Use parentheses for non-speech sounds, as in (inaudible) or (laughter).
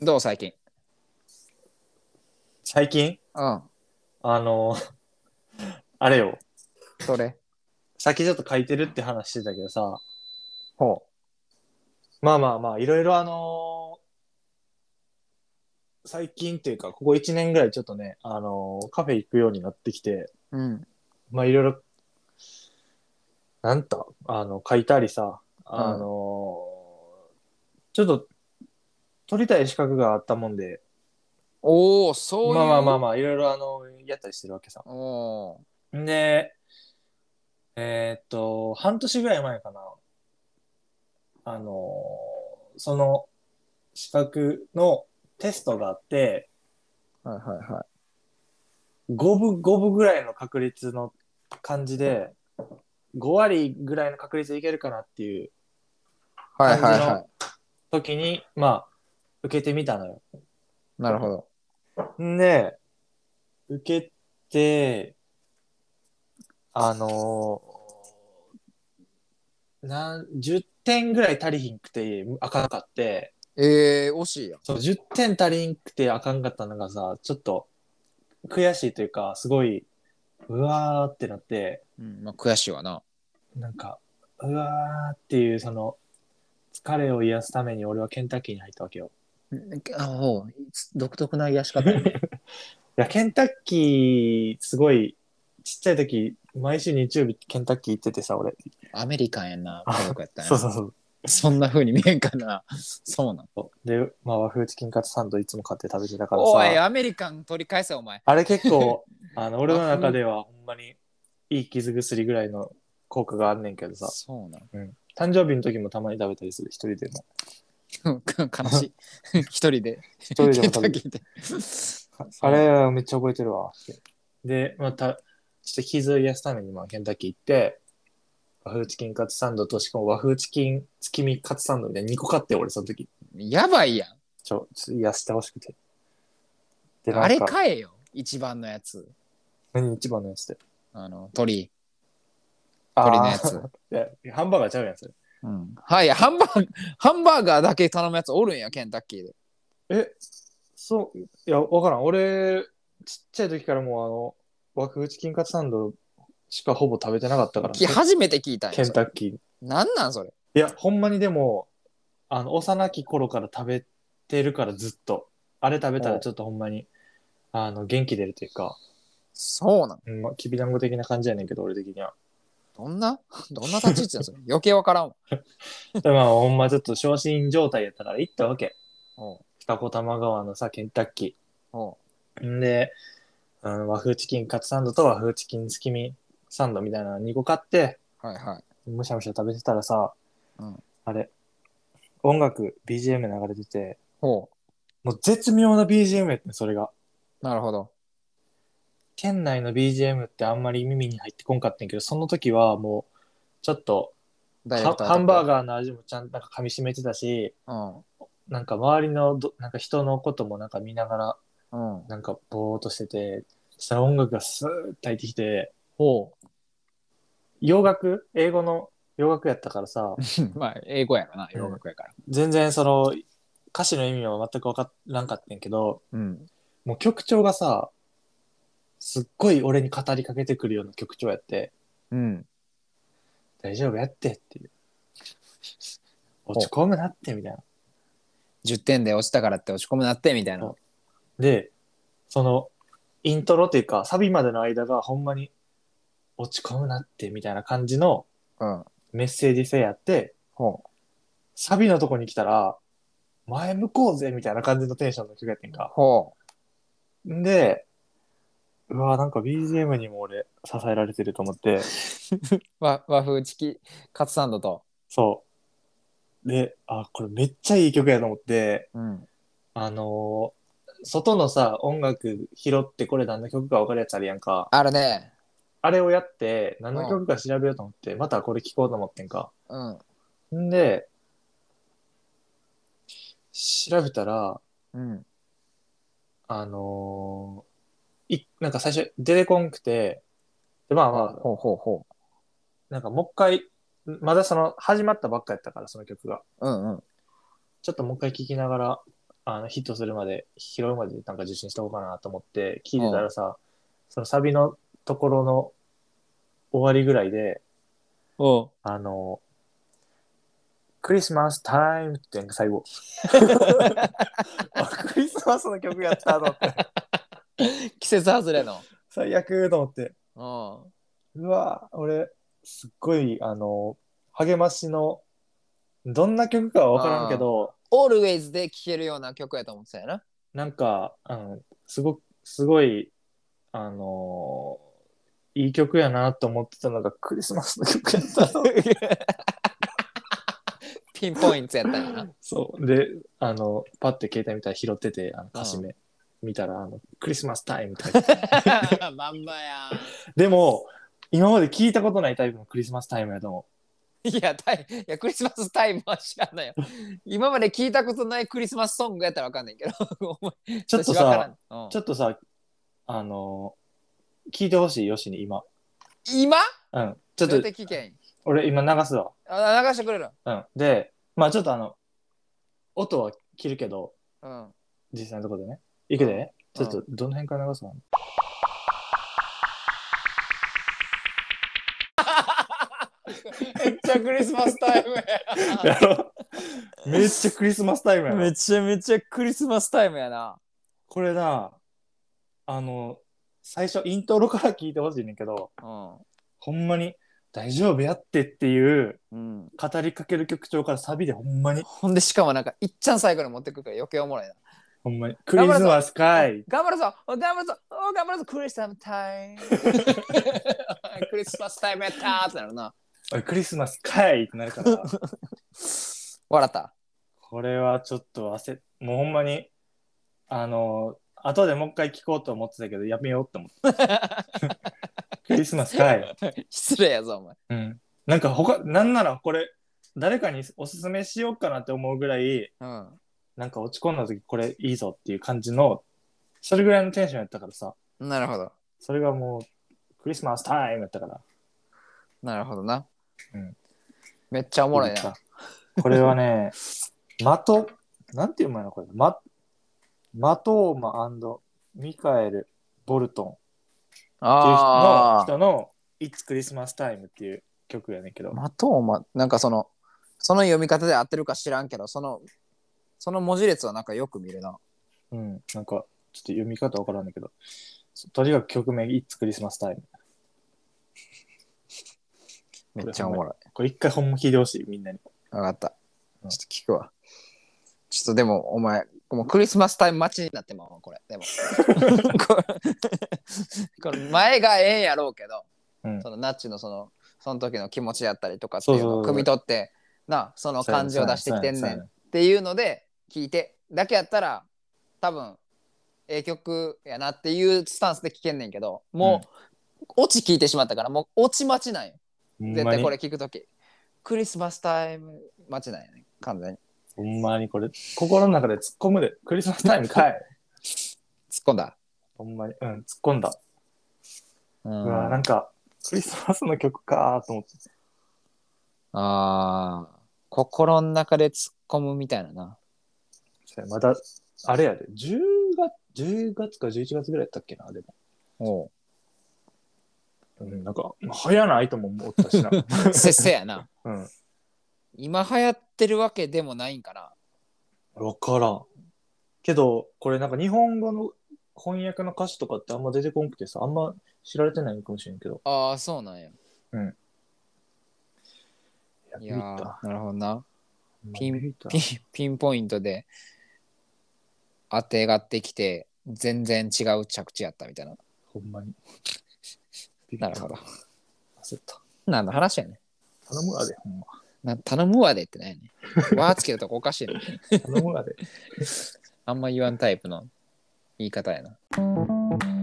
どう最近最近うん。あの (laughs) あれよそれ。さっきちょっと書いてるって話してたけどさほまあまあまあいろいろあのー最近っていうかここ1年ぐらいちょっとね、あのーカフェ行くようになってきてう。うん。まあいろいろなんだあの書いたりさあのーちょっと取りたい資格があったもんでおお、そういう。まあまあまあまあいろいろあのやったりしてるわけさあ。おーで、えーっと、半年ぐらい前かな。あのーその資格のテストがあって、はいはいはい。 5分、5分ぐらいの確率の感じで、5割ぐらいの確率でいけるかなっていうはいはい感はじ時に、まあ、受けてみたのよ。い。なるほど。で、受けて、あのーなん、10点ぐらい足りひんくてあかんかって、えー、惜しいやん。そう、10点足りんくてあかんかったのがさ、ちょっと悔しいというか、すごい、うわーってなって、うん、まあ悔しいわな。なんか、うわーっていう、その、疲れを癒すために俺はケンタッキーに入ったわけよ。あほう独特な癒し方。 (laughs) いや、ケンタッキー、すごい、ちっちゃい時、毎週日曜日ケンタッキー行っててさ、俺。アメリカンやんな、家族やったんやそうそうそう。そんな風に見えんかな。そうなん。で、まあ、和風チキンカツサンドいつも買って食べてたからおい、さ、アメリカン取り返せ、お前。あれ (laughs) 結構、あの、俺の中ではほんまにいい傷薬ぐらいの効果があんねんけどさ、そうなん。誕生日の時もたまに食べたりする、一人でも。悲しい。 (laughs) 一人で。一人でも食べるで。あれはめっちゃ覚えてるわ。で、また、ちょっと傷を癒すために、まあ、ケンタッキー行って、和風チキンカツサンドと、しかも和風チキン月見カツサンドみたいな2個買って、俺その時。やばいやん。ちょ、ちょっと癒してほしくて。で、あなれんか、買えよ。一番のやつ。何一番のやつで。あの、鳥。あ鳥ーのやつ。いやハンバーガーちゃうやん、それ。うん。はい、ハンバーガー、 (laughs) ハンバーガーだけ頼むやつおるんや、ケンタッキーで。え、そう、いや、わからん。俺、ちっちゃい時からもう、あの、和風チキンカツサンドしかほぼ食べてなかったから、き初めて聞いたんケやン。タッキー。なんなんそれ。いや、ほんまにでも、あの、幼き頃から食べてるからずっと。あれ食べたらちょっとほんまに、あの、元気出るというか、そうなん。うんまあ、きびだんご的な感じやねんけど、俺的には。どんな、 (laughs) どんな立ち位置なんそれ。余計わからんわ。でまあ、ほんまちょっと昇進状態やったから行ったわけ。おう二子玉川のさ、ケンタッキおー。んで、あの和風チキンカツサンドと和風チキン月見サンドみたいなの2個買って、うはいはい。むしゃむしゃ食べてたらさ、うんあれ、音楽、BGM 流れてて、ほもう絶妙な BGM やってん、それが。う。なるほど。店内の BGM ってあんまり耳に入ってこんかったんやけど、その時はもう、ちょっと、ダハハンバーー。ガーの味もちゃんとなんか噛み締めてたし、うん。なんか周りのど、なんか人のこともなんか見ながら、うん。なんかぼーっとしてて、そしたら音楽がスーッと入ってきて、ほ洋楽英語の洋楽やったからさ、う。 (laughs) まあ、英語やろな、洋楽やから。全然その歌詞の意味は全くわからんかったんやけど、うん。もう曲調がさ、すっごい俺に語りかけてくるような曲調やって、うん。大丈夫やってっていう。落ち込むなってみたいな。 10点で落ちたからって落ち込むなって、みたいなお。で、そのイントロっていうかサビまでの間がほんまに落ち込むなってみたいな感じのうん。メッセージ性やって、ほう。サビのとこに来たら、前向こうぜみたいな感じのテンションの曲やってんか。ほんで、うわなんか BGM にも俺支えられてると思って、う。わ和風チキカツサンドと。そう。で、あ、これめっちゃいい曲やと思って、うん。あのー外のさ、音楽拾ってこれ何の曲か分かるやつあるやんか。あれね。あれをやって、何の曲か調べようと思って、またこれ聴こうと思ってんか。うん。んで、調べたら、うん。あのーい、なんか最初出てこんくて、で、まあまあ、ほうほうほなんかもう一回、まだその始まったばっかやったから、その曲が。う。うんうん。ちょっともう一回聴きながら、あのヒットするまで、拾うまでなんか受信しとこうかなと思って、聴いてたらさ、そのサビのところの終わりぐらいで、おうあの、クリスマスタイムってなんか最後。あ (laughs) クリスマスの曲やったと思って。季節外れの。最悪と思って。うん。うわ、俺、すっごい、あの、励ましの、どんな曲かは分からんけど、 Always で聴けるような曲やと思ってたよな。 (laughs) なんか、あの、すごく、すごい、あのいい曲やなと思ってたのがクリスマスの曲やった (laughs) と思って。ピンポイントやったよな。そう。で、あの、パッて携帯見たら拾ってて、あの歌詞目見たら、あの、クリスマスタイムって書いてあ (laughs) るまんまやでも、今まで聞いたことないタイプのクリスマスタイムやと思ん。いや、タイいやクリスマスタイムは知らないよ。今まで聞いたことないクリスマスソングやったらわかんないけ (laughs) ど。お前う。ちょっと私わからさ、んうんちょっとさ、あの、聞いてほしい、よしに今。今うん。ちちょっと、聞けん。俺今流すわ。あ流してくれる。うん。で、まあちょっとあの、音は切るけど、うん。実際のところでね。いくで、うんちょっと、どの辺から流すのめっちゃクリスマスタイムや。やろめっちゃクリスマスタイムやな (laughs) めちゃめちゃクリスマスタイムやな。これな、あの、最初イントロから聞いてほしいねんけど、ほんまに大丈夫やってっていううん。うん、語りかける曲調からサビでほんまに、ほんでしかもなんかいっちゃん最後に持ってくるから余計おもろいな。ほんまに、クリスマスかい。頑張るぞお頑張るぞお頑張るぞクリスマスタイム (laughs) クリスマスタイムやったーってなるな。おいクリスマスかいってなるから、 (laughs) 笑った。 (laughs) これはちょっと焦っ、もうほんまに、あの、後でもう一回聞こうと思ってたけど、やめようって思って。クリスマスかい。失礼やぞお前。うん。なんか他、なんならこれ、誰かにおすすめしようかなって思うぐらい、うん。なんか落ち込んだ時これいいぞっていう感じの、それぐらいのテンションやったからさ、なるほど。それがもうクリスマスタイムやったから。なるほどな。うんめっちゃおおもろいな。。これはね、 (laughs) マト、なんていう前のこれ、マ、マトーマミカエル・ボルトンっていう人のああ。人の It's Christmas Time っていう曲やねんけど、まとうま、なんかその、その読み方で合ってるか知らんけど、その、その文字列はなんかよく見るな。うん、なんかちょっと読み方わからんねんけど、とにかく曲名 It's Christmas Time。めっちゃおもろい。これ一回ほんま聞いてほしい、みんなに。わかった。ちょうんっと聞くわ。ちょっとでも、お前、もうクリスマスタイム待ちになってまうわ、これ。 (laughs) でも。これ、 (laughs) これ前がええんやろうけど、うんそのナッチのその、その時の気持ちやったりとかっていうのそうそうそをう汲み取って、な、その感じを出してきてんそうねやんそうっやていうので、聞いて、だけやったら、多分、ええ曲やなっていうスタンスで聞けんねんけど、もう、オチ聞いてしまったから、もうオチ待ちなんよ。ほん絶ま対にこれ聞くとき。クリスマスタイム待ちなんやね。完全に。ほんまにこれ、心の中で突っ込むで、クリスマスタイムかい。突っ込んだ。ほんまに、うん、突っ込んだ。ううんわ、なんか、クリスマスの曲かーと思って。あー心の中で突っ込むみたいなな。それまだ、あれやで、10月、10月か11月ぐらいやったっけな、でも。おううん、なんか、早ないとも思った (laughs) しな。せせやな。 (laughs) うん。今流行ってるわけでもないんかな。わからん。けど、これなんか日本語の翻訳の歌詞とかってあんま出てこんくてさ、あんま知られてないのかもしれんけど。ああ、そうなんや。やいビビやったほんまーなるほどな。ピビビンったピンピンポイントで当てがってきて、全然違う着地やったみたいな。ほんまに。ビビ (laughs) なっるたほど。焦った。何の話やね頼むわで、ほんんま。な頼むわでってないねん。わーつけるとこおかしいね。頼むわで。あんま言わんタイプの言い方やな。